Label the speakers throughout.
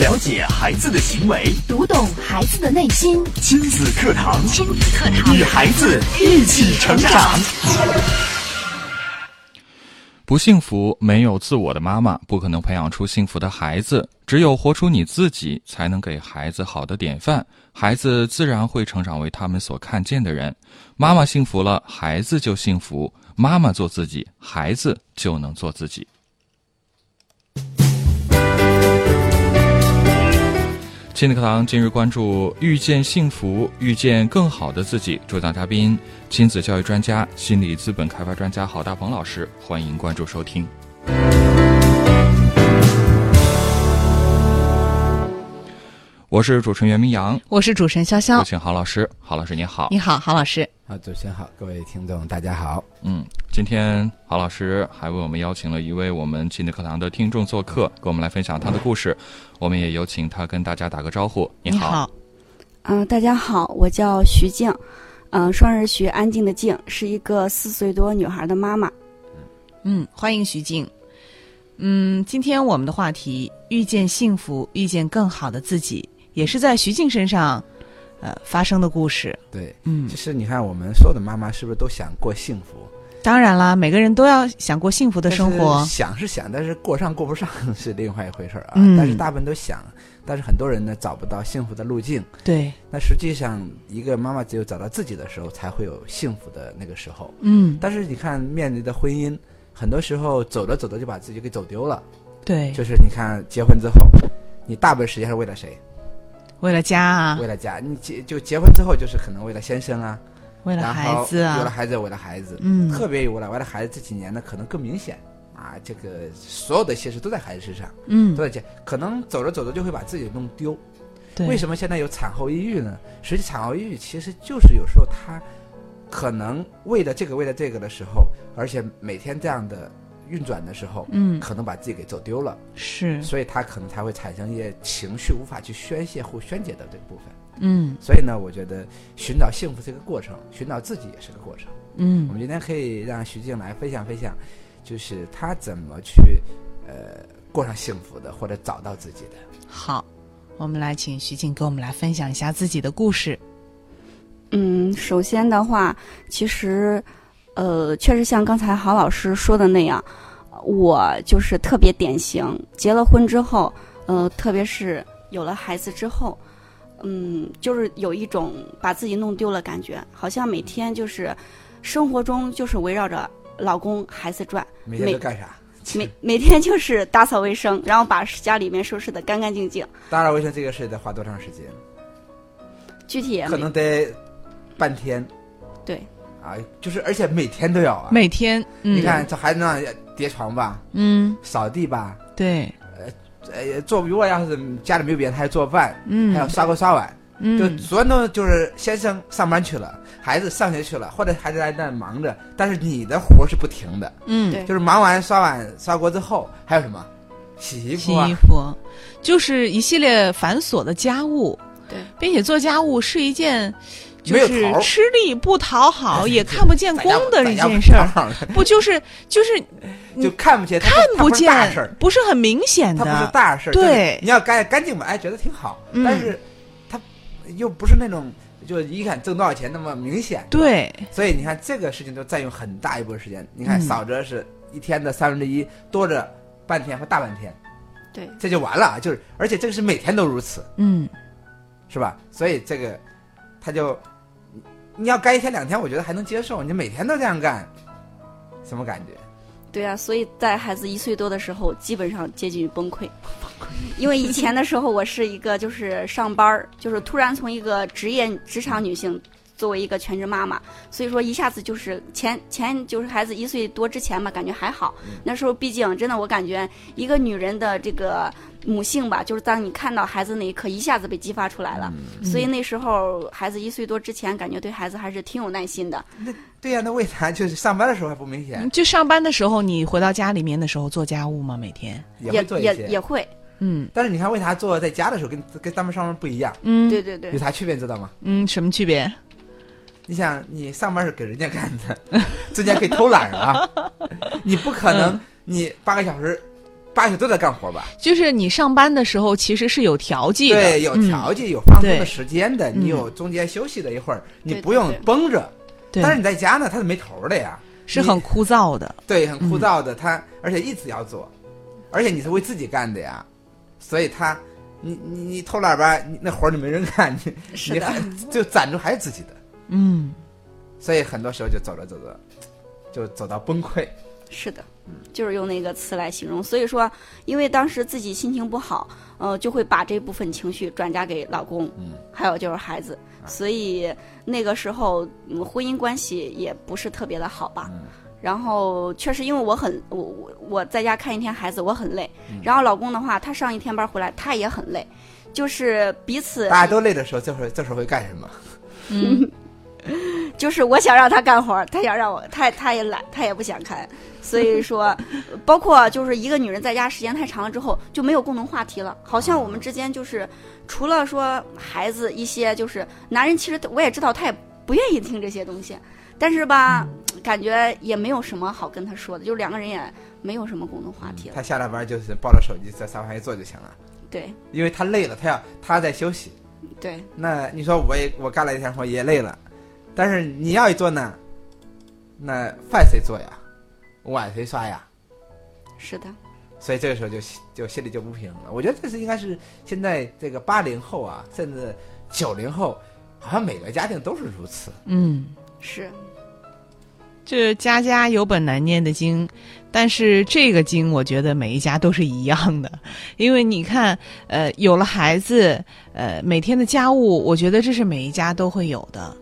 Speaker 1: 了解孩子的行为，
Speaker 2: 读懂孩子的内心，
Speaker 1: 亲子课堂，
Speaker 2: 亲子课堂
Speaker 1: 与孩子一起成长。
Speaker 3: 不幸福，没有自我的妈妈不可能培养出幸福的孩子。只有活出你自己，才能给孩子好的典范，孩子自然会成长为他们所看见的人。妈妈幸福了，孩子就幸福；妈妈做自己，孩子就能做自己。亲子课堂今日关注：遇见幸福，遇见更好的自己。主讲嘉宾：亲子教育专家、心理资本开发专家郝大鹏老师。欢迎关注收听。我是主持人袁明阳，
Speaker 4: 我是主持人潇
Speaker 3: 有
Speaker 4: 潇。
Speaker 3: 请郝老师。郝老师您好，
Speaker 4: 你好，郝老师。
Speaker 5: 啊，主持人好，各位听众大家好。
Speaker 3: 嗯，今天郝老师还为我们邀请了一位我们亲子课堂的听众做客，跟我们来分享他的故事。我们也有请他跟大家打个招呼。你好，
Speaker 6: 嗯、大家好，我叫徐静，嗯、双人徐，安静的静，是一个四岁多女孩的妈妈。
Speaker 4: 嗯，欢迎徐静。嗯，今天我们的话题“遇见幸福，遇见更好的自己”，也是在徐静身上，呃，发生的故事。
Speaker 5: 对，
Speaker 4: 嗯
Speaker 5: 其，实你看，我们所有的妈妈是不是都想过幸福
Speaker 4: 当然啦，每个人都要想过幸福的生
Speaker 5: 但
Speaker 4: 活
Speaker 5: 是。想是想，但是过上过不上是另外一回事儿啊。
Speaker 4: 嗯
Speaker 5: 但是大部分都想，但是很多人呢找不到幸福的路径。
Speaker 4: 对，
Speaker 5: 那实际上，一个妈妈只有找到自己的时候，才会有幸福的那个时候。
Speaker 4: 嗯，
Speaker 5: 但是你看，面临的婚姻，很多时候走着走着就把自己给走丢了。
Speaker 4: 对，
Speaker 5: 就是你看，结婚之后，你大部分时间是为了谁？
Speaker 4: 为了家啊
Speaker 5: 为，了家。你结就结婚之后，就是可能为了先生啊，
Speaker 4: 为了
Speaker 5: 然后
Speaker 4: 孩子
Speaker 5: 为了
Speaker 4: 啊，
Speaker 5: 孩子，为了孩子，
Speaker 4: 嗯
Speaker 5: 特别为了为了孩子这几年呢，可能更明显啊，这个所有的心思都在孩子身上，
Speaker 4: 嗯
Speaker 5: 都，在这，可能走着走着就会把自己弄丢。
Speaker 4: 对，
Speaker 5: 为什么现在有产后抑郁呢？实际产后抑郁其实就是有时候他可能为了这个为了这个的时候，而且每天这样的运转的时候，
Speaker 4: 嗯，
Speaker 5: 可能把自己给走丢了，
Speaker 4: 是，
Speaker 5: 所以他可能才会产生一些情绪无法去宣泄或宣解的这部分。
Speaker 4: 嗯
Speaker 5: 所以呢，我觉得寻找幸福是一个过程，寻找自己也是个过程。我
Speaker 4: 嗯
Speaker 5: 们今天可以让徐静来分享分享，就是她怎么去呃过上幸福的，或者找到自己的。
Speaker 4: 好，我们来请徐静给我们来分享一下自己的故事。
Speaker 6: 嗯，首先的话，其实，呃，确实像刚才郝老师说的那样，我就是特别典型。结了婚之后，呃，特别是有了孩子之后，嗯，就是有一种把自己弄丢了感觉，好像每天就是生活中就是围绕着老公、孩子转，
Speaker 5: 每天都干啥？
Speaker 6: 每每天就是打扫卫生，然后把家里面收拾得干干净净。
Speaker 5: 打扫卫生这个事得花多长时间？
Speaker 6: 具体也
Speaker 5: 可
Speaker 6: 没
Speaker 5: 能得半天
Speaker 6: 对，
Speaker 5: 啊，就是而且每天都要啊。
Speaker 4: 每天，嗯
Speaker 5: 你看，这孩子呢，叠床吧，
Speaker 4: 嗯，
Speaker 5: 扫地吧，
Speaker 4: 对，
Speaker 5: 呃，做如果要是家里没有别人，他还做饭，
Speaker 4: 嗯，
Speaker 5: 还要刷锅刷碗，就
Speaker 4: 嗯，
Speaker 5: 所有都就是先生上班去了，孩子上学去了，或者孩子在那忙着，但是你的活儿是不停的，
Speaker 4: 嗯，
Speaker 6: 对
Speaker 5: 就是忙完刷碗刷锅之后，还有什么洗衣服
Speaker 4: 洗
Speaker 5: 啊
Speaker 4: 衣？服，就是一系列繁琐的家务，
Speaker 6: 对，
Speaker 4: 并且做家务是一件就
Speaker 5: 没有
Speaker 4: 是
Speaker 5: 头儿
Speaker 4: 吃力不讨 好也看不见
Speaker 5: 在
Speaker 4: 光
Speaker 5: 家
Speaker 4: 的
Speaker 5: 在
Speaker 4: 一
Speaker 5: 家
Speaker 4: 件
Speaker 5: 不
Speaker 4: 事儿，
Speaker 5: 躺着
Speaker 4: 不就是就是
Speaker 5: 就看不见，看
Speaker 4: 看不
Speaker 5: 大事儿
Speaker 4: 见，，不是很明显
Speaker 5: 它不是
Speaker 4: 的，
Speaker 5: 大事儿。
Speaker 4: 对
Speaker 5: 就是你要干干净吧，哎，觉得挺好，
Speaker 4: 嗯
Speaker 5: 但是它又不是那种就一看挣多少钱那么明显。，
Speaker 4: 对，
Speaker 5: 所以你看这个事情就占用很大一部分时间。你看
Speaker 4: 嗯
Speaker 5: 少则是一天的三分之一，多着半天或大半天，
Speaker 6: 对，
Speaker 5: 这就完了。就是而且这个是每天都如此。
Speaker 4: 嗯，
Speaker 5: 是吧？所以这个，他就，你要干一天两天，我觉得还能接受。你每天都这样干，什么感觉？
Speaker 6: 对啊，所以在孩子一岁多的时候，基本上接近于崩溃。因为以前的时候，我是一个就是上班儿，就是突然从一个职业职场女性作为一个全职妈妈，所以说一下子就是前前就是孩子一岁多之前吧，感觉还好。那时候毕竟真的，我感觉一个女人的这个母性吧，就是当你看到孩子那一刻，一下子被激发出来了。所以
Speaker 5: 嗯
Speaker 6: 那时候孩子一岁多之前，感觉对孩子还是挺有耐心的。
Speaker 5: 对呀、那为啥就是上班的时候还不明
Speaker 6: 嗯
Speaker 5: 显？
Speaker 4: 嗯就上班的时候，你回到家里面的时候做家务吗？每天，
Speaker 5: 也
Speaker 6: 也
Speaker 5: 会做一
Speaker 6: 也
Speaker 5: 些。
Speaker 6: 也会，
Speaker 4: 嗯
Speaker 5: 但是你看，为啥做在家的时候跟跟他们上班不一样？
Speaker 4: 嗯，
Speaker 6: 对，对对
Speaker 5: 有，啥区别？你知道吗？
Speaker 4: 嗯，什么区别？
Speaker 5: 你想，你上班是给人家干
Speaker 4: 嗯
Speaker 5: 的，人家可以偷懒啊，你不可能你八个小时。八小时都在干活吧？
Speaker 4: 就是你上班的时候其实是有调剂的，
Speaker 5: 对，有
Speaker 4: 嗯
Speaker 5: 条件、有放松
Speaker 4: 对
Speaker 5: 的时间的，
Speaker 4: 嗯
Speaker 5: 你有中间休息的一会儿，你
Speaker 6: 对
Speaker 5: 不用
Speaker 6: 对对
Speaker 5: 绷着。
Speaker 4: 对
Speaker 5: 但是你在家呢，它是没头儿的呀，
Speaker 4: 是很
Speaker 5: 你
Speaker 4: 枯燥的。
Speaker 5: 对，很
Speaker 4: 嗯
Speaker 5: 枯燥的。它而且一直要做，而且你是为自己干的呀，所以它，你你你偷懒吧，你那活儿你没人干，你
Speaker 6: 是
Speaker 5: 你
Speaker 6: 的
Speaker 5: 还，就攒住还是自己的，
Speaker 4: 嗯，
Speaker 5: 所以很多时候就走着走着，就走到崩溃。
Speaker 6: 是的，就是用那个词来形容。所以说，因为当时自己心情不好，呃，就会把这部分情绪转嫁给老公，
Speaker 5: 嗯啊
Speaker 6: 还有就是孩子。所以那个时候，嗯，婚姻关系也不是特别的好吧。
Speaker 5: 嗯
Speaker 6: 然后确实，因为我很我我我在家看一天孩子，我很累。
Speaker 5: 嗯
Speaker 6: 然后老公的话，他上一天班回来，他也很累，就是彼此
Speaker 5: 大家都累的时候，这会儿这时候会干什么？
Speaker 6: 嗯
Speaker 4: 嗯
Speaker 6: 就是我想让他干活儿，他想让我，他他也懒，他也不想干，所 以说，包括就是一个女人在家时间太长了之后就没有共同话题了，好像我们之间就是除了说孩子一些，就是男人其实我也知道他也不愿意听这些东西，但是吧，
Speaker 4: 嗯
Speaker 6: 感觉也没有什么好跟他说的，就两个人也没有什么共同话题了，
Speaker 5: 他下了班就是抱着手机在沙发上一坐就行了，
Speaker 6: 对
Speaker 5: 因为他累了，他要他在休息。
Speaker 6: 对，
Speaker 5: 那你说我也我干了一天活也累了，但是你要一做呢，那饭谁做呀？碗谁刷呀？
Speaker 6: 是的，
Speaker 5: 所以这个时候就心就心里就不平衡了。我觉得这是应该是现在这个八零后啊，甚至九零后，好像每个家庭都是如此。
Speaker 4: 嗯。
Speaker 6: 是
Speaker 4: 这家家有本难念的经，但是这个经，我觉得每一家都是一样的，因为你看，呃，有了孩子，呃，每天的家务，我觉得这是每一家都会有的，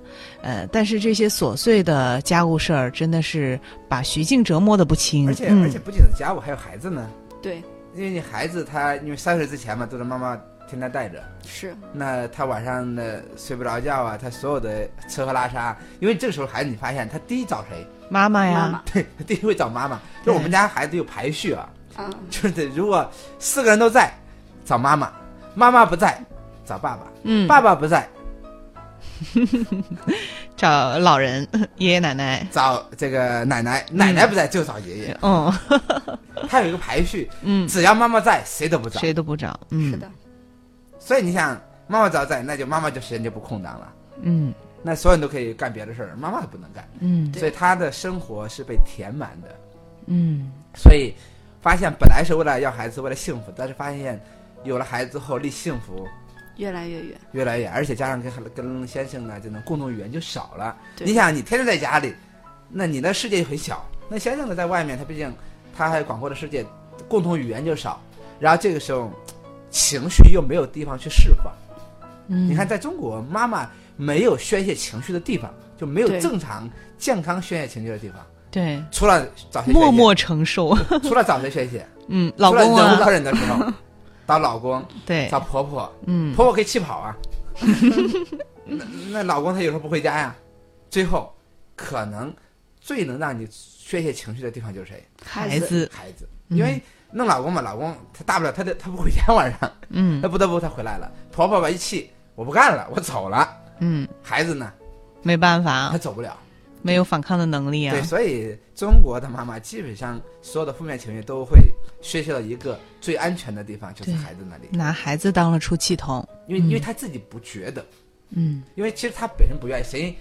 Speaker 4: 呃，但是这些琐碎的家务事儿，真的是把徐静折磨的不轻，
Speaker 5: 而且、
Speaker 4: 嗯
Speaker 5: 而且不仅是家务，还有孩子呢。
Speaker 6: 对
Speaker 5: 因为你孩子他因为三岁之前嘛，都是妈妈天天带着，
Speaker 6: 是
Speaker 5: 那他晚上呢睡不着觉啊，他所有的吃喝拉撒，因为这个时候孩子你发现他第一找 谁？
Speaker 4: 嗯妈妈哎呀，
Speaker 6: 妈妈，
Speaker 5: 他第一会找妈妈。就是我们家孩子有排序啊，
Speaker 6: 嗯，
Speaker 5: 就是得如果四个人都在，找妈妈；妈妈不在，找爸爸；
Speaker 4: 嗯，
Speaker 5: 爸爸不在，
Speaker 4: 找老人、 爷爷奶奶，
Speaker 5: 找这个奶奶；奶奶不在就找爷爷。
Speaker 4: 嗯
Speaker 5: 他有一个排序，
Speaker 4: 嗯，
Speaker 5: 只要妈妈在，谁都不找。
Speaker 4: 谁都不找，嗯，
Speaker 6: 是，的，
Speaker 5: 所以你想，妈妈只要在，那就妈妈就时间就不空档了，
Speaker 4: 嗯
Speaker 5: 那所有人都可以干别的事儿，妈妈不能干。
Speaker 4: 嗯
Speaker 6: 对
Speaker 5: 所以他的生活是被填满的。
Speaker 4: 嗯，
Speaker 5: 所以发现本来是为了要孩子，为了幸福，但是发现有了孩子后，离幸福
Speaker 6: 越来越远，
Speaker 5: 越来越远，而且加上跟跟先生呢，这种共同语言就少了。
Speaker 6: 对
Speaker 5: 你想，你天天在家里，那你的世界就很小；那先生呢，在外面，他毕竟他还有广阔的世界，共同语言就少。然后这个时候，情绪又没有地方去释放。
Speaker 4: 嗯
Speaker 5: 你看，，在中国，妈妈没有宣泄情绪的地方，就没有
Speaker 6: 对
Speaker 5: 正常健康宣泄情绪的地方，
Speaker 4: 对，
Speaker 5: 除了找谁宣
Speaker 4: 默
Speaker 5: 泄
Speaker 4: 默承受，
Speaker 5: 除了找谁宣泄，
Speaker 4: 嗯，老
Speaker 5: 除了
Speaker 4: 公
Speaker 5: 忍无
Speaker 4: 啊，
Speaker 5: 可忍的时候，找老公，
Speaker 4: 对，
Speaker 5: 找婆婆，
Speaker 4: 嗯，
Speaker 5: 婆婆可以气跑啊。那那老公他有时候不回家呀。最后，可能最能让你宣泄情绪的地方就是谁？
Speaker 4: 孩子，
Speaker 5: 孩子，
Speaker 4: 嗯
Speaker 5: 因为弄老公嘛，老公他大不了他得他不回家晚上，
Speaker 4: 嗯
Speaker 5: 那不得不他回来了。婆婆吧一气，我不干了，我走了。
Speaker 4: 嗯，
Speaker 5: 孩子呢，
Speaker 4: 没办法
Speaker 5: 他，走不了。
Speaker 4: 没有反抗的能力啊
Speaker 5: 对，。所以中国的妈妈基本上所有的负面情绪都会宣泄到一个最安全的地方，就是
Speaker 4: 对嗯
Speaker 5: 孩子那里。
Speaker 4: 拿孩子当了出气筒，
Speaker 5: 因为因为他自己不觉得，
Speaker 4: 嗯，
Speaker 5: 因为其实他本身不愿意，谁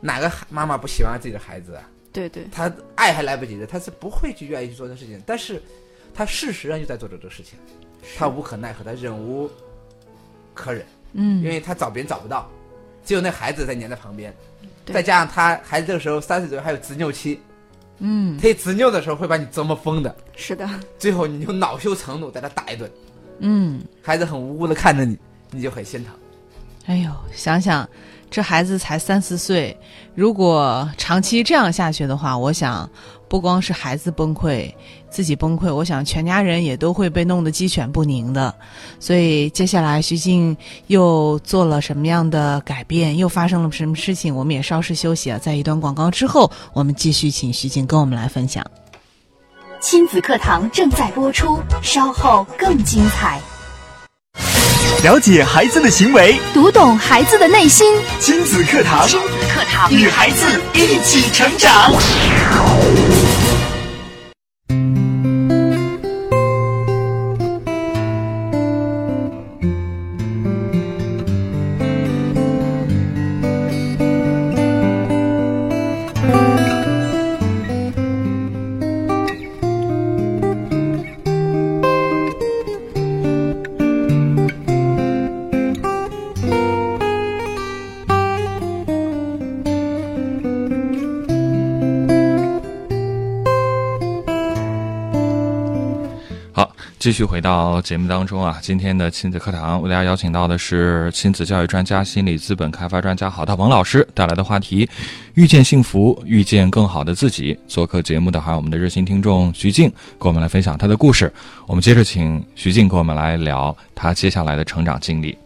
Speaker 5: 哪个妈妈不喜欢自己的孩子啊？
Speaker 6: 对对
Speaker 5: 他爱还来不及的，他是不会去愿意去做这事情，但是他事实上就在做着这个事情，他无可奈何，他忍无可忍，
Speaker 4: 嗯，
Speaker 5: 因为他找别人找不到，只有那孩子在黏在旁边，
Speaker 6: 对
Speaker 5: 再加上他孩子这个时候三岁左右还有执拗期，
Speaker 4: 嗯
Speaker 5: 他一执拗的时候会把你折磨疯的，
Speaker 6: 是的，
Speaker 5: 最后你就恼羞成怒，在他打一顿，
Speaker 4: 嗯，
Speaker 5: 孩子很无辜的看着你，你就很心疼。
Speaker 4: 哎呦，想想这孩子才三四岁，如果长期这样下去的话，我想不光是孩子崩溃，自己崩溃，我想全家人也都会被弄得鸡犬不宁的。所以接下来徐静又做了什么样的改变，又发生了什么事情，我们也稍事休息啊，在一段广告之后，我们继续请徐静跟我们来分享。
Speaker 2: 亲子课堂正在播出，稍后更精彩。
Speaker 1: 了解孩子的行为，
Speaker 2: 读懂孩子的内心，
Speaker 1: 亲子课堂
Speaker 2: 亲子课堂
Speaker 1: 与孩子一起成长。
Speaker 3: 继续回到节目当中啊，今天的亲子课堂为大家邀请到的是亲子教育专家、心理资本开发专家郝大鹏老师带来的话题：遇见幸福，遇见更好的自己。做客节目的还有我们的热心听众徐静，跟我们来分享她的故事。我们接着请徐静跟我们来聊她接下来的成长经历。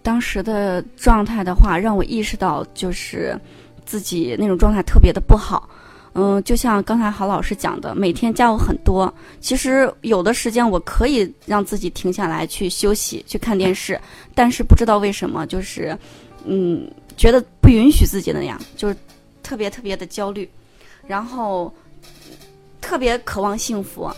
Speaker 6: 当时的状态的话，让我意识到就是自己那种状态特别的不好。嗯，就像刚才郝老师讲的，每天家务很多，其实有的时间我可以让自己停下来去休息、去看电视，但是不知道为什么，就是嗯，觉得不允许自己那样，就是特别特别的焦虑，然后特别渴望幸福，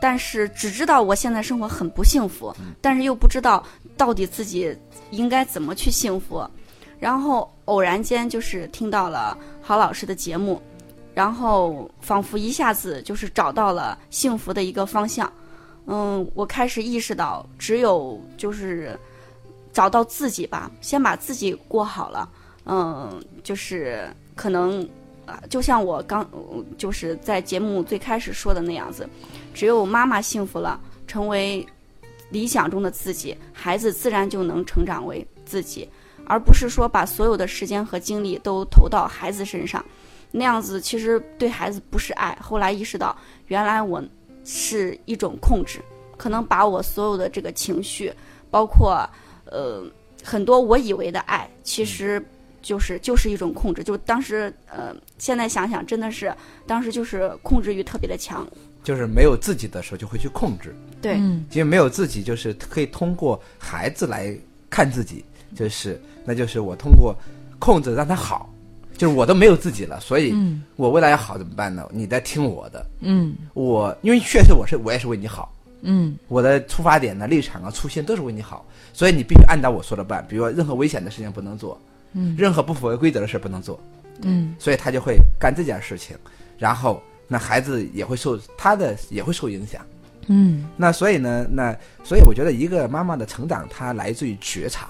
Speaker 6: 但是只知道我现在生活很不幸福，但是又不知道到底自己应该怎么去幸福。然后偶然间就是听到了郝老师的节目，然后仿佛一下子就是找到了幸福的一个方向。嗯，我开始意识到，只有就是找到自己吧，先把自己过好了。嗯，就是可能啊，就像我刚就是在节目最开始说的那样子，只有妈妈幸福了，成为理想中的自己，孩子自然就能成长为自己，而不是说把所有的时间和精力都投到孩子身上，那样子其实对孩子不是爱。后来意识到，原来我是一种控制，可能把我所有的这个情绪，包括呃很多我以为的爱，其实就是就是一种控制。就当时呃，现在想想真的是，当时就是控制欲特别的强。
Speaker 5: 就是没有自己的时候就会去控制，
Speaker 6: 对，
Speaker 4: 嗯
Speaker 5: 因为没有自己，就是可以通过孩子来看自己，就是那就是我通过控制让他好，就是我都没有自己了，所以
Speaker 4: 嗯
Speaker 5: 我未来要好怎么办呢？你在听我的，
Speaker 4: 嗯
Speaker 5: 我因为确实我是我也是为你好，
Speaker 4: 嗯
Speaker 5: 我的出发点呢、立场啊、初心都是为你好，所以你必须按照我说的办，比如说任何危险的事情不能做，
Speaker 4: 嗯
Speaker 5: 任何不符合规则的事不能做，
Speaker 4: 嗯
Speaker 5: 所以他就会干这件事情，然后那孩子也会受他的也会受影响。
Speaker 4: 嗯，
Speaker 5: 那所以呢，那所以我觉得一个妈妈的成长，它来自于觉察，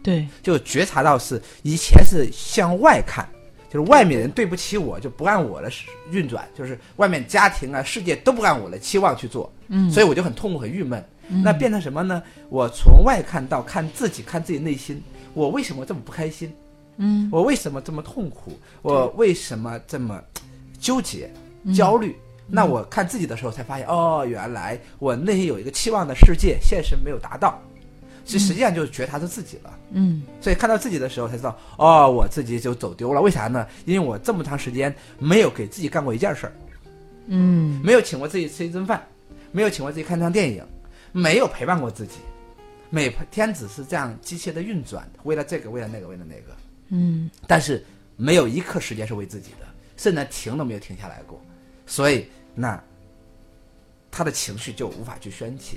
Speaker 4: 对，
Speaker 5: 就觉察到是以前是向外看，就是外面人对不起我，就不按我的运转，就是外面家庭啊、世界都不按我的期望去做，
Speaker 4: 嗯，
Speaker 5: 所以我就很痛苦、很郁闷。那变成什么呢？我从外看到看自己，看自己内心，我为什么这么不开心？
Speaker 4: 嗯
Speaker 5: 我为什么这么痛苦？我为什么这么纠结、焦虑？
Speaker 4: 嗯
Speaker 5: 那我看自己的时候才发现，哦，原来我内心有一个期望的世界，现实没有达到，其实实际上就是觉察到自己了。
Speaker 4: 嗯
Speaker 5: 所以看到自己的时候才知道，哦，我自己就走丢了。为啥呢？因为我这么长时间没有给自己干过一件事儿，
Speaker 4: 嗯
Speaker 5: 没有请过自己吃一顿饭，没有请过自己看场电影，没有陪伴过自己，每天只是这样机械的运转，为了这个，为了那个，为了那个。
Speaker 4: 嗯
Speaker 5: 但是没有一刻时间是为自己的，甚至停都没有停下来过，所以那他的情绪就无法去宣泄，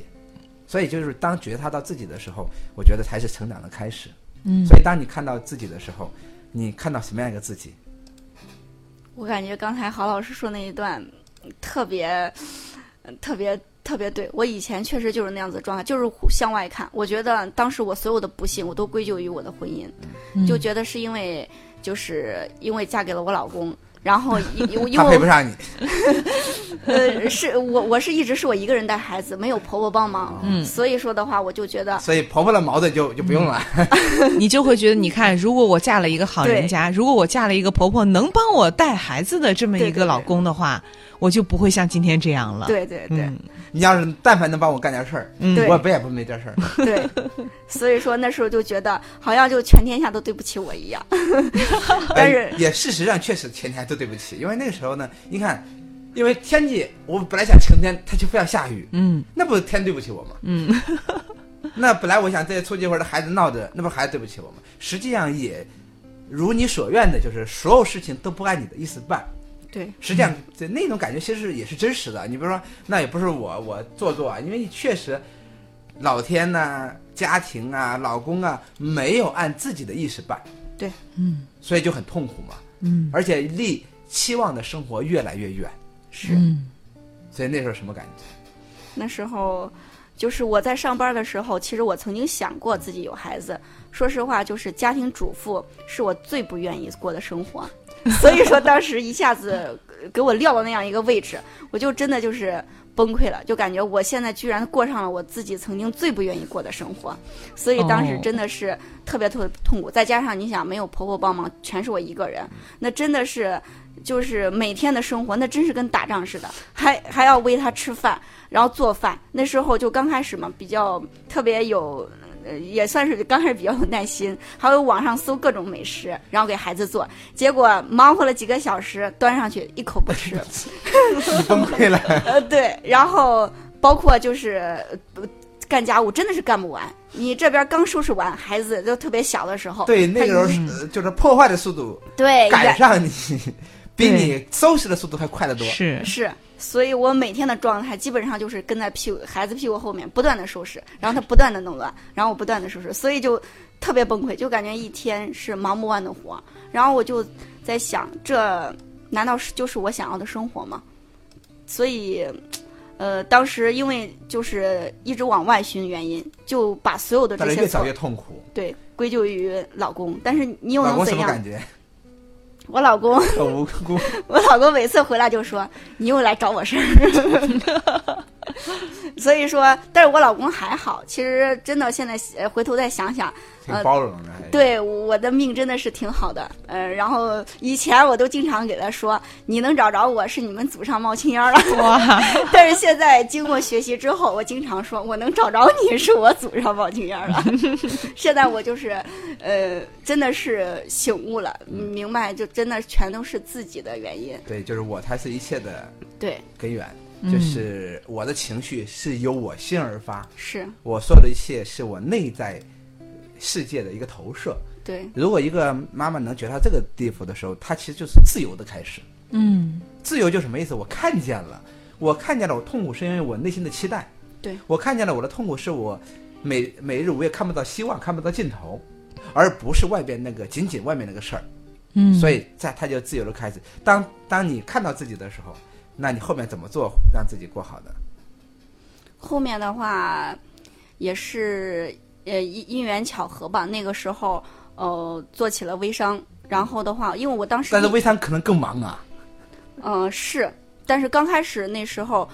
Speaker 5: 所以就是当觉察到自己的时候，我觉得才是成长的开始。
Speaker 4: 嗯
Speaker 5: 所以当你看到自己的时候，你看到什么样一个自己？
Speaker 6: 我感觉刚才郝老师说那一段特别、特别、特别对。我以前确实就是那样子的状态，就是向外看。我觉得当时我所有的不幸，我都归咎于我的婚姻，就觉得是因为就是因为嫁给了我老公，然后因因为因
Speaker 5: 他配不
Speaker 6: 为
Speaker 5: 上你，
Speaker 6: 呃是我我是一直是我一个人带孩子，没有婆婆帮忙，
Speaker 4: 嗯
Speaker 6: 所以说的话，我就觉得
Speaker 5: 所以婆婆的矛盾就就不用了。
Speaker 4: 你就会觉得，你看，如果我嫁了一个好人家，如果我嫁了一个婆婆能帮我带孩子的这么一
Speaker 6: 对对
Speaker 4: 个
Speaker 6: 对
Speaker 4: 老公的话，我就不会像今天这样了。
Speaker 6: 对对对。
Speaker 4: 嗯，
Speaker 5: 你要是但凡能帮我干点事儿，
Speaker 4: 嗯
Speaker 6: 对
Speaker 5: 我不也不没这 事儿。
Speaker 6: 对， 所以说那时候就觉得好像就全天下都对不起我一样。但是
Speaker 5: 哎也事实上确实前天都对不起，因为那个时候呢，你看，因为天气我本来想晴天，它就非要下雨，
Speaker 4: 嗯
Speaker 5: 那不是天对不起我吗？
Speaker 4: 嗯，
Speaker 5: 那本来我想再出去一会儿，这孩子闹着，那不是孩子对不起我吗？实际上也如你所愿的，就是所有事情都不按你的意思办。
Speaker 6: 对，
Speaker 5: 实际上
Speaker 6: 嗯
Speaker 5: 这那种感觉其实也是真实的。你比如说，那也不是我我做作啊，因为确实老天呐、家庭啊、老公啊，没有按自己的意识办。
Speaker 6: 对，
Speaker 5: 嗯，所以就很痛苦嘛。
Speaker 4: 嗯，
Speaker 5: 而且离期望的生活越来越远，
Speaker 6: 是。
Speaker 4: 嗯
Speaker 5: 所以那时候什么感觉？
Speaker 6: 那时候，就是我在上班的时候，其实我曾经想过自己有孩子。说实话，就是家庭主妇是我最不愿意过的生活，所以说当时一下子呃给我撂到那样一个位置，我就真的就是崩溃了，就感觉我现在居然过上了我自己曾经最不愿意过的生活，所以当时
Speaker 3: 哦
Speaker 6: 真的是特别特别痛苦。再加上你想没有婆婆帮忙，全是我一个人，那真的是就是每天的生活，那真是跟打仗似的，还还要喂她吃饭，然后做饭。那时候就刚开始嘛，比较特别有。呃也算是刚开始比较有耐心，还有网上搜各种美食，然后给孩子做，结果忙活了几个小时，端上去一口不吃，
Speaker 5: 你崩溃了。
Speaker 6: 呃，对，然后包括就是、呃干家务，真的是干不完。你这边刚收拾完，孩子就特别小的时候，
Speaker 5: 对，那个时候
Speaker 4: 嗯
Speaker 5: 是呃就是破坏的速度
Speaker 6: 对
Speaker 5: 赶
Speaker 6: 远
Speaker 5: 上你，比
Speaker 4: 对
Speaker 5: 你收拾的速度还快得多。
Speaker 4: 是
Speaker 6: 是，所以我每天的状态基本上就是跟在屁股孩子屁股后面不断的收拾，然后他不断的弄乱，然后我不断的收拾，所以就特别崩溃，就感觉一天是忙不完的活。然后我就在想，这难道是就是我想要的生活吗？所以，呃，当时因为就是一直往外寻原因，就把所有的
Speaker 5: 但
Speaker 6: 这
Speaker 5: 是越
Speaker 6: 些
Speaker 5: 找
Speaker 6: 错
Speaker 5: 越痛苦。
Speaker 6: 对归咎于老公，但是你又
Speaker 5: 老
Speaker 6: 能
Speaker 5: 公什
Speaker 6: 怎
Speaker 5: 么
Speaker 6: 样
Speaker 5: 感？觉？
Speaker 6: 我老公，
Speaker 5: 很无辜。
Speaker 6: 我老公每次回来就说：“你又来找我事儿。” 所以说，但是我老公还好，其实真的现在呃回头再想想，
Speaker 5: 挺包容的，还是，
Speaker 6: 呃对我的命真的是挺好的。呃，然后以前我都经常给他说：“你能找着我是你们祖上冒青烟儿了。
Speaker 4: 哇，”
Speaker 6: 但是现在经过学习之后，我经常说：“我能找着你是我祖上冒青烟儿了。” 现在我就是，呃，真的是醒悟了，明白就真的全都是自己的原因。
Speaker 5: 对，就是我才是一切的
Speaker 6: 对，
Speaker 5: 根源，
Speaker 4: 嗯
Speaker 5: 就是我的情绪是由我心而发，
Speaker 6: 是。
Speaker 5: 我所有的一切是我内在世界的一个投射。
Speaker 6: 对，
Speaker 5: 如果一个妈妈能觉察这个地步的时候，她其实就是自由的开始。
Speaker 4: 嗯，
Speaker 5: 自由就什么意思？我看见了，我看见了，我痛苦是因为我内心的期待。
Speaker 6: 对
Speaker 5: 我看见了我的痛苦是我每每日我也看不到希望，看不到尽头，而不是外边那个仅仅外面那个事儿。
Speaker 4: 嗯
Speaker 5: 所以在他就自由的开始。当当你看到自己的时候，那你后面怎么做让自己过好的？
Speaker 6: 后面的话也是呃因因缘巧合吧，那个时候呃做起了微商，然后的话，因为我当时
Speaker 5: 但是微商可能更忙啊，
Speaker 6: 嗯、是，但是刚开始那时候。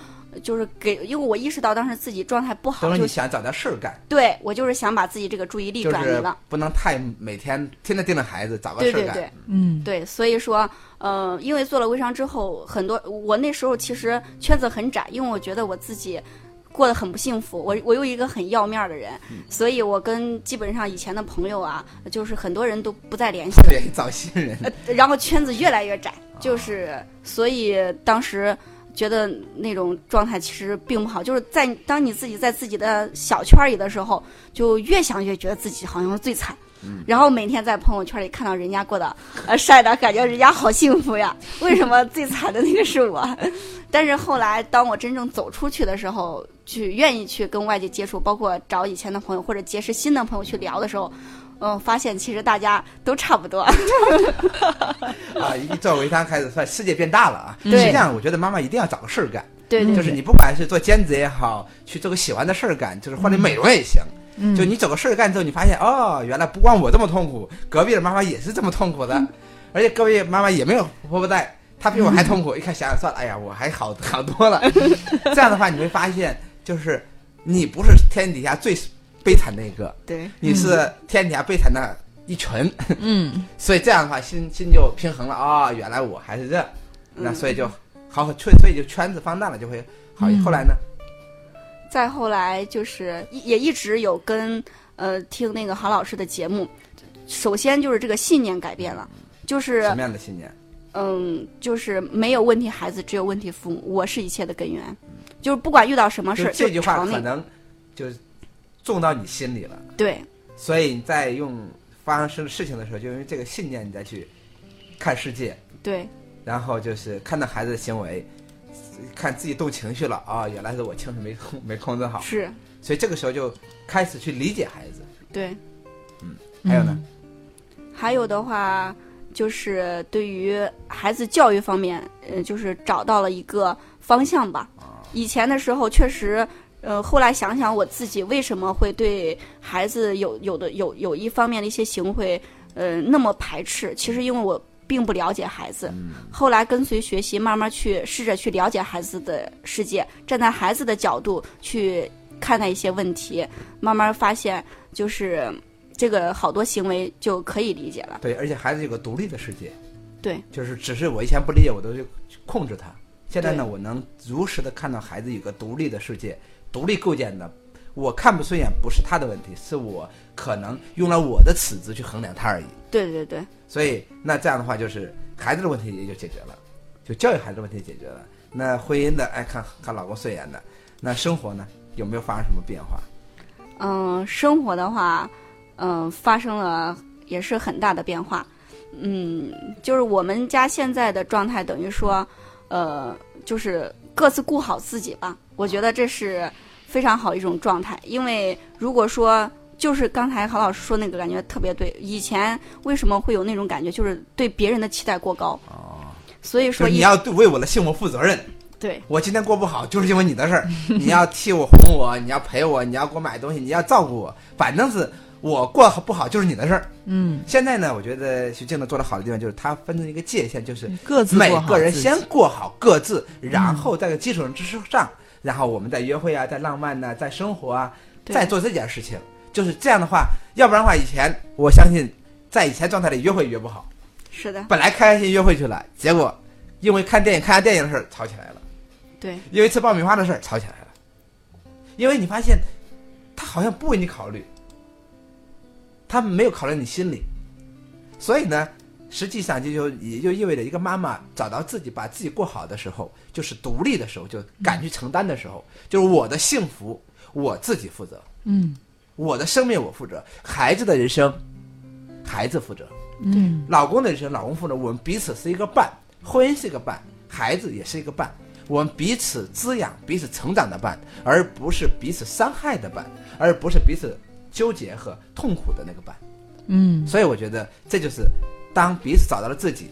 Speaker 6: 就是给，因为我意识到当时自己状态不
Speaker 5: 等
Speaker 6: 好，
Speaker 5: 于
Speaker 6: 就
Speaker 5: 你想找点事儿干，
Speaker 6: 对我就是想把自己这个注意力
Speaker 5: 就
Speaker 6: 转移
Speaker 5: 是
Speaker 6: 了，
Speaker 5: 不能太每天天天盯着孩子，找个
Speaker 6: 对
Speaker 5: 事儿
Speaker 6: 对
Speaker 5: 干。
Speaker 6: 对
Speaker 4: 嗯，
Speaker 6: 对，所以说，呃，因为做了微商之后，很多我那时候其实圈子很窄，因为我觉得我自己过得很不幸福，我我又一个很要面儿的人，所以我跟基本上以前的朋友啊，就是很多人都不再联系
Speaker 5: 特
Speaker 6: 了，
Speaker 5: 别找新人，
Speaker 6: 呃然后圈子越来越窄，就是所以当时。觉得那种状态其实并不好，就是在当你自己在自己的小圈儿里的时候，就越想越觉得自己好像是最惨，然后每天在朋友圈里看到人家过的呃晒的，感觉人家好幸福呀，为什么最惨的那个是我？ 但是后来当我真正走出去的时候，去愿意去跟外界接触，包括找以前的朋友或者结识新的朋友去聊的时候，嗯，发现其实大家都差不多。
Speaker 5: 啊，一做微商开始算世界变大了啊。
Speaker 6: 对
Speaker 5: 实际上，我觉得妈妈一定要找个事儿干，
Speaker 6: 对对
Speaker 5: 就是你不管是做兼职也好，去做个喜欢的事儿干，就是或者美容也行。
Speaker 4: 嗯
Speaker 5: 就你找个事儿干之后，你发现哦，原来不光我这么痛苦，隔壁的妈妈也是这么痛苦的，而且隔壁妈妈也没有婆婆带，她比我还痛苦。一看想想算了，哎呀，我还好好多了。这样的话，你会发现，就是你不是天底下最悲惨的一个，
Speaker 6: 对
Speaker 5: 你是天底下悲惨的一群。
Speaker 4: 嗯
Speaker 5: 所以这样的话，心心就平衡了啊、原来我还是这，那
Speaker 6: 嗯
Speaker 5: 所以就好好圈，所以就圈子放大了，就会好。
Speaker 4: 嗯
Speaker 5: 后来呢，
Speaker 6: 再后来就是一也一直有跟呃听那个郝老师的节目，首先就是这个信念改变了，就是
Speaker 5: 什么样的信念？
Speaker 6: 嗯，就是没有问题孩子，只有问题父母。我是一切的根源，啊就是不管遇到什么
Speaker 5: 就
Speaker 6: 事，
Speaker 5: 这句话
Speaker 6: 朝那
Speaker 5: 可
Speaker 6: 个
Speaker 5: 能就是种到你心里了，
Speaker 6: 对
Speaker 5: 所以你在用发生事情的时候，就因为这个信念，你再去看世界，
Speaker 6: 对
Speaker 5: 然后就是看到孩子的行为，看自己动情绪了啊、原来是我情绪没控没控制好，
Speaker 6: 是，
Speaker 5: 所以这个时候就开始去理解孩子。
Speaker 6: 对。
Speaker 5: 还有呢，
Speaker 6: 还有的话，就是对于孩子教育方面，呃，就是找到了一个方向吧。以前的时候确实，呃，后来想想我自己为什么会对孩子有有的有有一方面的一些行为，呃，那么排斥，其实因为我并不了解孩子。后来跟随学习，慢慢去试着去了解孩子的世界，站在孩子的角度去看待一些问题，慢慢发现就是这个好多行为就可以理解了。
Speaker 5: 对，而且孩子有个独立的世界，
Speaker 6: 对，
Speaker 5: 就是只是我以前不理解，我都去控制他。现在呢，
Speaker 6: 对
Speaker 5: 我能如实的看到孩子有个独立的世界，独立构建的。我看不顺眼不是他的问题，是我可能用了我的尺子去衡量他而已。
Speaker 6: 对对对，
Speaker 5: 所以那这样的话，就是孩子的问题也就解决了，就教育孩子的问题解决了。那婚姻的，哎，看看老公顺眼的，那生活呢，有没有发生什么变化？
Speaker 6: 嗯，生活的话，嗯，发生了也是很大的变化。嗯，就是我们家现在的状态，等于说，呃，就是各自顾好自己吧。我觉得这是非常好一种状态，因为如果说就是刚才郝老师说那个感觉特别对，以前为什么会有那种感觉，就是对别人的期待过高。哦，所以
Speaker 5: 就
Speaker 6: 说
Speaker 5: 是
Speaker 6: 一
Speaker 5: 你要对为我的幸福负责任。
Speaker 6: 对
Speaker 5: 我今天过不好，就是因为你的事儿。 你要替我哄我，你要陪我，你要给我买东西，你要照顾我，反正是我过不好就是你的事儿。
Speaker 4: 嗯，
Speaker 5: 现在呢，我觉得徐静的做的好的地方就是她分的一个界限，就是
Speaker 6: 嗯
Speaker 4: 各自
Speaker 5: 每
Speaker 4: 做好
Speaker 5: 个人
Speaker 4: 自己
Speaker 5: 先过好各自，然后在这个基础之上，然后我们再约会啊，再浪漫呐、再生活啊，
Speaker 6: 对
Speaker 5: 再做这件事情。就是这样的话，要不然的话，以前我相信在以前状态里约会约不好，
Speaker 6: 是的，
Speaker 5: 本来开开心心约会去了，结果因为看电影看下电影的事儿吵起来了。
Speaker 6: 对
Speaker 5: 因为吃爆米花的事儿吵起来了，因为你发现他好像不为你考虑，他没有考虑你心理，所以呢，实际上这就也就意味着一个妈妈找到自己把自己过好的时候，就是独立的时候，就敢去承担的时候，就是我的幸福我自己负责，
Speaker 4: 嗯
Speaker 5: 我的生命我负责，孩子的人生孩子负责，
Speaker 4: 嗯，
Speaker 5: 老公的人生，老公负责，我们彼此是一个伴，婚姻是一个伴，孩子也是一个伴，我们彼此滋养、彼此成长的伴，而不是彼此伤害的伴，而不是彼此纠结和痛苦的那个伴。
Speaker 4: 嗯，
Speaker 5: 所以我觉得这就是，当彼此找到了自己，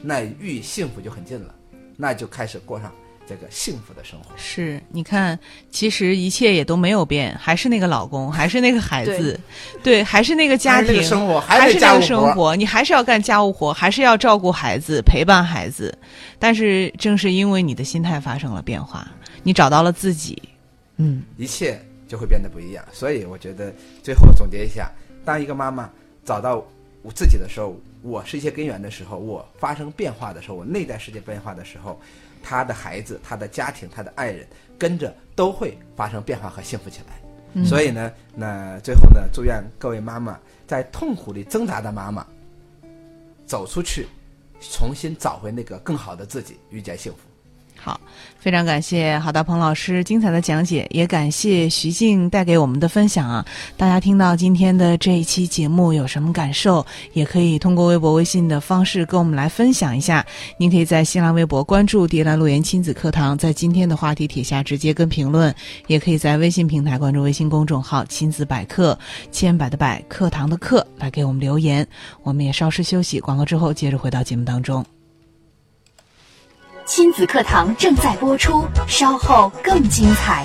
Speaker 5: 那与幸福就很近了，那就开始过上这个幸福的生活。
Speaker 4: 是，你看，其实一切也都没有变，还是那个老公，还是那个孩子，对，还是那个家
Speaker 5: 还是那
Speaker 4: 庭
Speaker 5: 个，生活，
Speaker 4: 还
Speaker 5: 是
Speaker 4: 是
Speaker 5: 家
Speaker 4: 那
Speaker 5: 务
Speaker 4: 个生活，你还是要干家务活，还是要照顾孩子，陪伴孩子。但是正是因为你的心态发生了变化，你找到了自己，嗯，
Speaker 5: 一切就会变得不一样。所以我觉得最后总结一下：当一个妈妈找到我自己的时候，我是一些根源的时候，我发生变化的时候，我内在世界变化的时候，她的孩子、她的家庭、她的爱人跟着都会发生变化和幸福起来。
Speaker 4: 嗯
Speaker 5: 所以呢，那最后呢，祝愿各位妈妈在痛苦里挣扎的妈妈走出去，重新找回那个更好的自己，遇见幸福。
Speaker 4: 好，非常感谢郝大鹏老师精彩的讲解，也感谢徐静带给我们的分享啊！大家听到今天的这一期节目有什么感受，也可以通过微博、微信的方式跟我们来分享一下。您可以在新浪微博关注“蝶兰路言亲子课堂”，在今天的话题帖下直接跟评论；也可以在微信平台关注微信公众号“亲子百科”，千百的百，课堂的课，来给我们留言。我们也稍事休息，广告之后接着回到节目当中。
Speaker 2: 亲子课堂正在播出，稍后更精彩。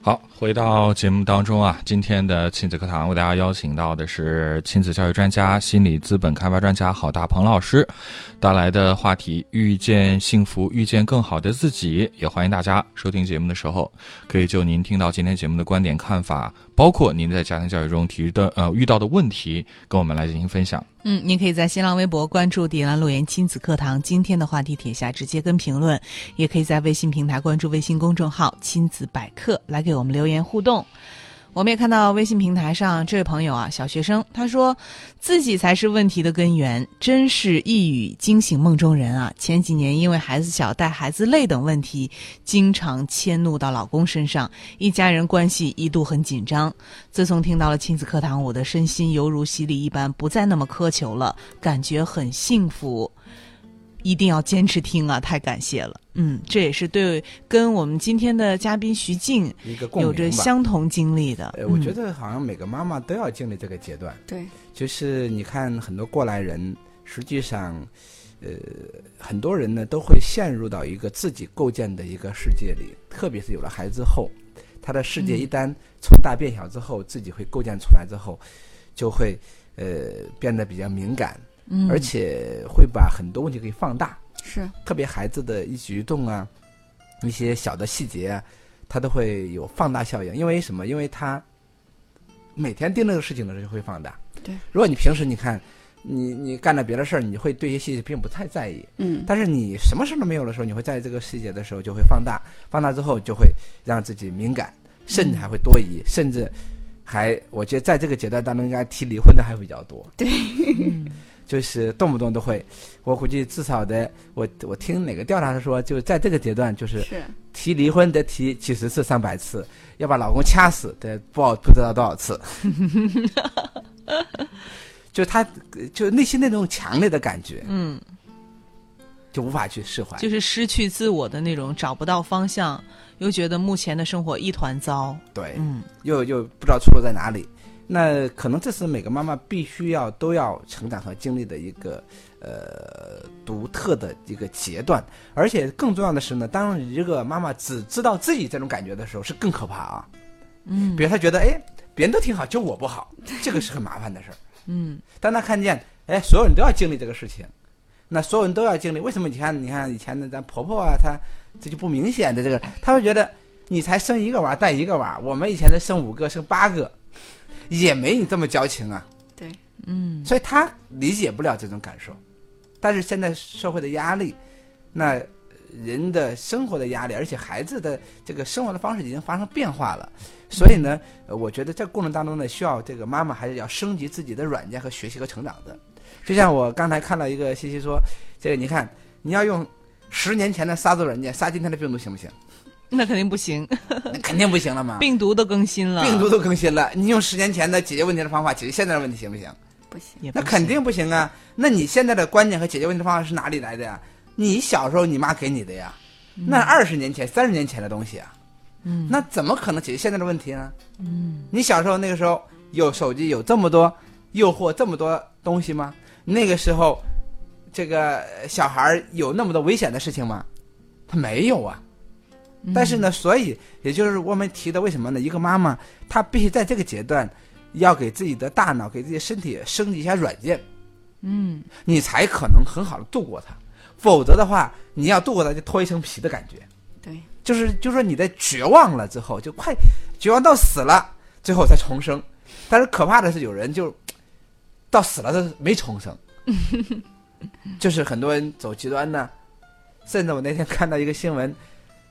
Speaker 3: 好，回到节目当中啊，今天的亲子课堂为大家邀请到的是亲子教育专家、心理资本开发专家郝大鹏老师带来的话题：遇见幸福，遇见更好的自己。也欢迎大家收听节目的时候，可以就您听到今天节目的观点看法，包括您在家庭教育中提的呃遇到的问题，跟我们来进行分享。
Speaker 4: 嗯，您可以在新浪微博关注“迪兰路言亲子课堂”，今天的话题帖下直接跟评论，也可以在微信平台关注微信公众号“亲子百科”来给我们留言互动。我们也看到微信平台上这位朋友啊，小学生，他说自己才是问题的根源，真是一语惊醒梦中人啊！前几年因为孩子小、带孩子累等问题，经常迁怒到老公身上，一家人关系一度很紧张。自从听到了亲子课堂，我的身心犹如洗礼一般，不再那么苛求了，感觉很幸福。一定要坚持听啊！太感谢了，嗯，这也是对跟我们今天的嘉宾徐静
Speaker 5: 一个共鸣
Speaker 4: 有
Speaker 5: 吧
Speaker 4: 着相同经历的。
Speaker 5: 呃，我觉
Speaker 4: 嗯
Speaker 5: 得好像每个妈妈都要经历这个阶段，
Speaker 6: 对，
Speaker 5: 就是你看很多过来人，实际上，呃，很多人呢都会陷入到一个自己构建的一个世界里，特别是有了孩子后，他的世界
Speaker 4: 嗯
Speaker 5: 一旦从大变小之后，自己会构建出来之后，就会呃变得比较敏感，
Speaker 4: 嗯，
Speaker 5: 而且会把很多问题给放大，
Speaker 6: 是
Speaker 5: 特别孩子的一举一动啊，一些小的细节啊，他都会有放大效应。因为什么？因为他每天盯这个事情的时候就会放大。
Speaker 6: 对，
Speaker 5: 如果你平时你看，你你干了别的事儿，你会对一些细节并不太在意。
Speaker 6: 嗯，
Speaker 5: 但是你什么事儿都没有的时候，你会在意这个细节的时候就会放大，放大之后就会让自己敏感，甚至还会多
Speaker 6: 嗯
Speaker 5: 疑，甚至还我觉得在这个阶段当中，应该提离婚的还比较多。
Speaker 6: 对，
Speaker 5: 就是动不动都会，我估计至少得我我听哪个调查说，就在这个阶段，就是
Speaker 6: 是
Speaker 5: 提离婚得提几十次、上百次，要把老公掐死得不好不知道多少次。就他，就内心那种强烈的感觉，
Speaker 4: 嗯，
Speaker 5: 就无法去释怀。
Speaker 4: 就是失去自我的那种，找不到方向，又觉得目前的生活一团糟。
Speaker 5: 对，
Speaker 4: 嗯
Speaker 5: 又又不知道出路在哪里。那可能这是每个妈妈必须要都要成长和经历的一个呃独特的一个阶段，而且更重要的是呢，当一个妈妈只知道自己这种感觉的时候，是更可怕啊。
Speaker 4: 嗯
Speaker 5: 比如她觉得哎，别人都挺好，就我不 好，这个是很麻烦的事儿。
Speaker 4: 嗯
Speaker 5: 当他看见，哎，所有人都要经历这个事情，那所有人都要经历，为什么？你看，你看以前的咱婆婆啊，她这就不明显的这个，她会觉得你才生一个娃带一个娃，我们以前的生五个生八个，也没你这么矫情啊，
Speaker 6: 对，
Speaker 4: 嗯
Speaker 5: 所以她理解不了这种感受。但是现在社会的压力，那人的生活的压力，而且孩子的这个生活的方式已经发生变化了，所以呢，呃我觉得在过程当中呢，需要这个妈妈还是要升级自己的软件和学习和成长的。就像我刚才看到一个信息说，这个你看，你要用十年前的杀毒软件杀今天的病毒行不行？
Speaker 4: 那肯定不行，
Speaker 5: 那肯定不行了嘛，
Speaker 4: 病毒都更新了，
Speaker 5: 病毒都更新了，你用十年前的解决问题的方法解决现在的问题行不行？
Speaker 6: 不行，
Speaker 4: 也不
Speaker 5: 那
Speaker 4: 行
Speaker 5: 肯定不行啊！那你现在的观念和解决问题方法是哪里来的呀？你小时候你妈给你的呀，那二十年前、三十年前的东西啊，
Speaker 4: 嗯
Speaker 5: 那怎么可能解决现在的问题呢？嗯，你小时候那个时候有手机，有这么多诱惑，这么多东西吗？那个时候，这个呃小孩儿有那么多危险的事情吗？他没有啊。
Speaker 4: 嗯
Speaker 5: 但是呢，所以也就是我们提的，为什么呢？一个妈妈她必须在这个阶段，要给自己的大脑、给自己的身体升级一下软件，
Speaker 4: 嗯
Speaker 5: 你才可能很好的度过它。否则的话，你要度过它就脱一层皮的感觉，
Speaker 6: 对，
Speaker 5: 就是就是说你在绝望了之后，就快绝望到死了，最后才重生。但是可怕的是，有人就到死了都没重生，就是很多人走极端呢。甚至我那天看到一个新闻，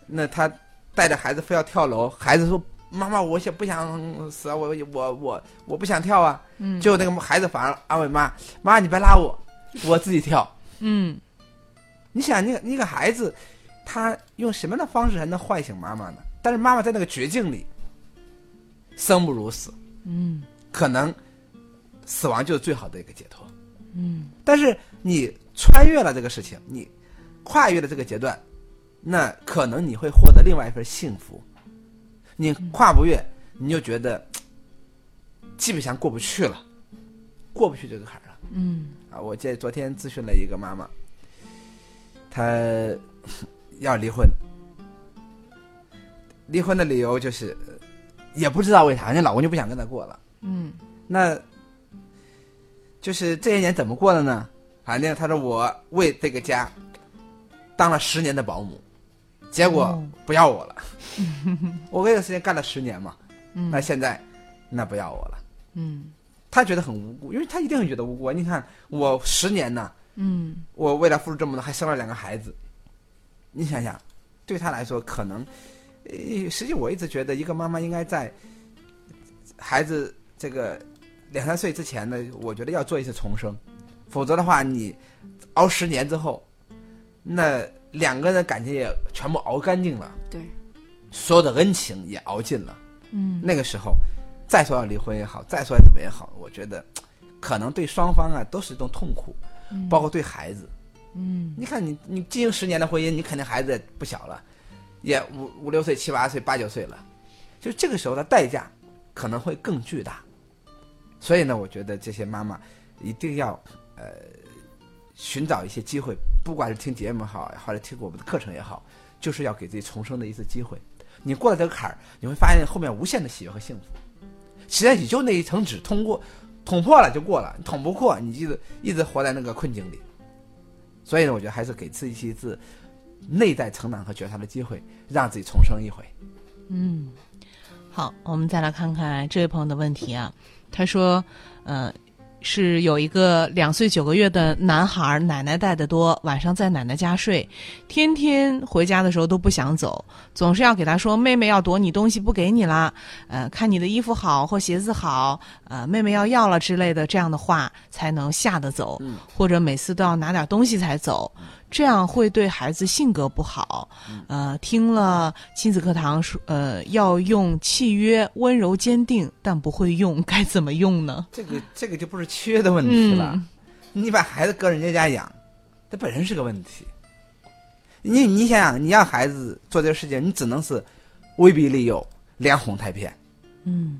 Speaker 5: 那他带着孩子非要跳楼，孩子说：“妈妈，我想不想死啊？我我我我不想跳啊！”
Speaker 4: 嗯
Speaker 5: 结果那个孩子反而安慰妈：“妈，你别拉我，我自己跳。
Speaker 4: 嗯”
Speaker 5: 你想，那个那个孩子，他用什么样的方式才能唤醒妈妈呢？但是妈妈在那个绝境里，生不如死，
Speaker 4: 嗯
Speaker 5: 可能死亡就是最好的一个解脱。
Speaker 4: 嗯
Speaker 5: 但是你穿越了这个事情，你跨越了这个阶段，那可能你会获得另外一份幸福。你
Speaker 4: 嗯
Speaker 5: 跨不越，你就觉得嘖基本上过不去了，过不去这个坎儿了。
Speaker 4: 嗯
Speaker 5: 啊，我这昨天咨询了一个妈妈，她 要离婚，离婚的理由就是呃也不知道为啥，人家老公就不想跟她过了。
Speaker 4: 嗯
Speaker 5: 那就是这些年怎么过的呢？反正他说我为这个家当了十年的保姆，结果
Speaker 4: 哦
Speaker 5: 不要我 了。我为了时间干了十年嘛，
Speaker 4: 嗯
Speaker 5: 那现在那不要我了。
Speaker 4: 嗯
Speaker 5: 他觉得很无辜，因为他一定会觉得无辜啊。你看我十年呢，
Speaker 4: 嗯
Speaker 5: 我为了付出这么多，还生了两个孩子，你想想，对他来说可能，呃，实际我一直觉得一个妈妈应该在孩子这个两三岁之前呢，我觉得要做一次重生，否则的话，你熬十年之后，那两个人感情也全部熬干净了，
Speaker 6: 对，
Speaker 5: 所有的恩情也熬尽了。
Speaker 4: 嗯，
Speaker 5: 那个时候，再说要离婚也好，再说要怎么也好，我觉得可能对双方啊都是一种痛苦，包括对孩子。嗯，你看你你进行十年的婚姻，你肯定孩子也不小了，也五五六岁、七八岁、八九岁了，就这个时候的代价可能会更巨大。所以呢，我觉得这些妈妈一定要呃寻找一些机会，不管是听节目好，或者听我们的课程也好，就是要给自己重生的一次机会。你过了这个坎儿，你会发现后面无限的喜悦和幸福。实际上也就那一层纸，通过捅破了就过了，捅不破你就一直活在那个困境里。所以呢，我觉得还是给自己一次内在成长和觉察的机会，让自己重生一回。
Speaker 4: 嗯，好，我们再来看看这位朋友的问题啊。他说，呃，是有一个两岁九个月的男孩儿，奶奶带的多，晚上在奶奶家睡，天天回家的时候都不想走，总是要给他说妹妹要夺你东西不给你啦，呃，看你的衣服好或鞋子好，呃，妹妹要要了之类的这样的话呃才能吓得走，或者每次都要拿点东西才走，这样会对孩子性格不好。呃，听了亲子课堂说，呃，要用契约温柔坚定，但不会用，该怎么用呢？
Speaker 5: 这个这个就不是契约的问
Speaker 4: 嗯
Speaker 5: 题了，你把孩子搁人家家养，这本身是个问题。你你想想，你让孩子做这个事情，你只能是威逼利诱、连哄带骗。
Speaker 4: 嗯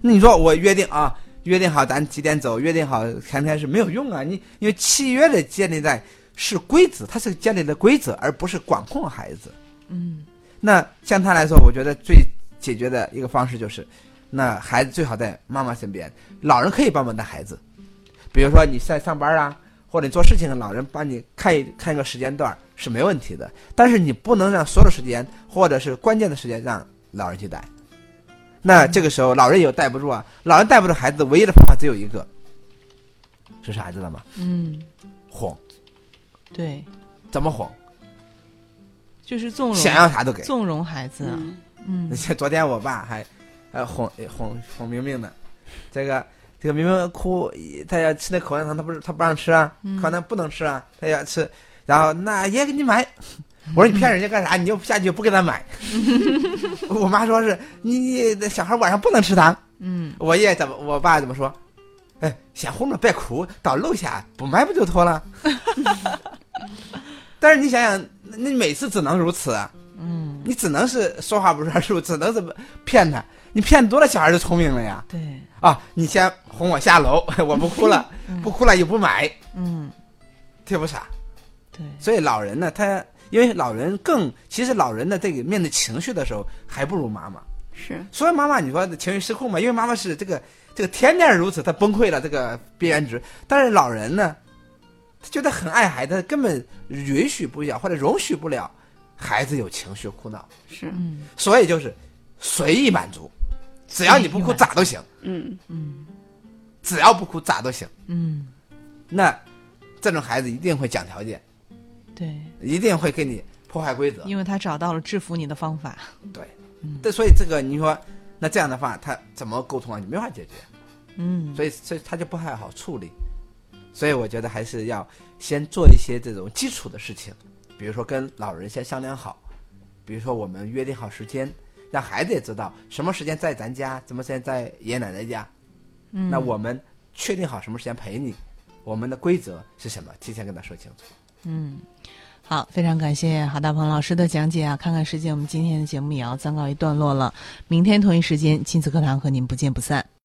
Speaker 5: 那你说我约定啊，约定好咱几点走，约定好前天是没有用啊。你因为契约的建立在是规则，它是建立的规则，而不是管控孩子。
Speaker 4: 嗯
Speaker 5: 那像他来说，我觉得最解决的一个方式就是，那孩子最好在妈妈身边，老人可以帮忙带孩子，比如说你在上班啊，或者你做事情，老人帮你看一看一个时间段是没问题的，但是你不能让所有的时间或者是关键的时间让老人去带。那这个时候老人也带不住啊，老人带不住孩子，唯一的方法只有一个，是啥知道吗？
Speaker 4: 嗯，
Speaker 5: 哄，
Speaker 4: 对，
Speaker 5: 怎么哄？
Speaker 4: 就是纵容，
Speaker 5: 想要啥都给。
Speaker 4: 纵容孩子啊。
Speaker 6: 嗯，
Speaker 4: 嗯
Speaker 5: 昨天我爸还，呃，哄哄哄明明呢，这个这个明明哭，他要吃那口香糖，他不是他不让吃啊，
Speaker 4: 嗯
Speaker 5: 口香糖不能吃啊，他要吃，然后那爷给你买， 我说你骗人家干啥？你就下去不给他 买。我妈说是你你那小孩晚上不能吃糖，
Speaker 4: 嗯
Speaker 5: 我爷怎么我爸怎么说？哎，想哄着别哭，到楼下不买不就妥了？ 但是你想想，那你每次只能如此啊。
Speaker 4: 嗯，
Speaker 5: 你只能是说话不算数，只能是骗他。你骗多了，小孩就聪明了呀！
Speaker 4: 对，
Speaker 5: 啊，你先哄我下楼， 我不哭了，不哭了也不买，
Speaker 4: 嗯
Speaker 5: 这不傻。
Speaker 4: 对，
Speaker 5: 所以老人呢，他因为老人更，其实老人的这个面对情绪的时候，还不如妈妈。
Speaker 6: 是
Speaker 5: 所以妈妈，你说情绪失控嘛？因为妈妈是这个这个天天如此，她崩溃了这个边缘值。但是老人呢，他觉得很爱孩子，根本允许不了或者容许不了孩子有情绪哭闹。
Speaker 6: 是，
Speaker 4: 嗯
Speaker 5: 所以就是随意满足，只要你不哭
Speaker 4: 随意满足
Speaker 5: 咋都行，
Speaker 6: 嗯，
Speaker 5: 只要不哭咋都行。
Speaker 4: 嗯，
Speaker 5: 那这种孩子一定会讲条件，
Speaker 4: 对，
Speaker 5: 一定会给你破坏规则。
Speaker 4: 因为他找到了制服你的方法。
Speaker 5: 对，这所以这个你说，那这样的话他怎么沟通啊？你没法解决，
Speaker 4: 嗯
Speaker 5: 所以所以他就不太好处理。所以我觉得还是要先做一些这种基础的事情，比如说跟老人先商量好，比如说我们约定好时间，让孩子也知道什么时间在咱家，什么时间在爷爷奶奶家，
Speaker 4: 嗯，
Speaker 5: 那我们确定好什么时间陪你，我们的规则是什么，提前跟他说清楚。
Speaker 4: 嗯，好，非常感谢郝大鹏老师的讲解啊！看看时间，我们今天的节目也要暂告一段落了。明天同一时间，亲子课堂和您不见不散。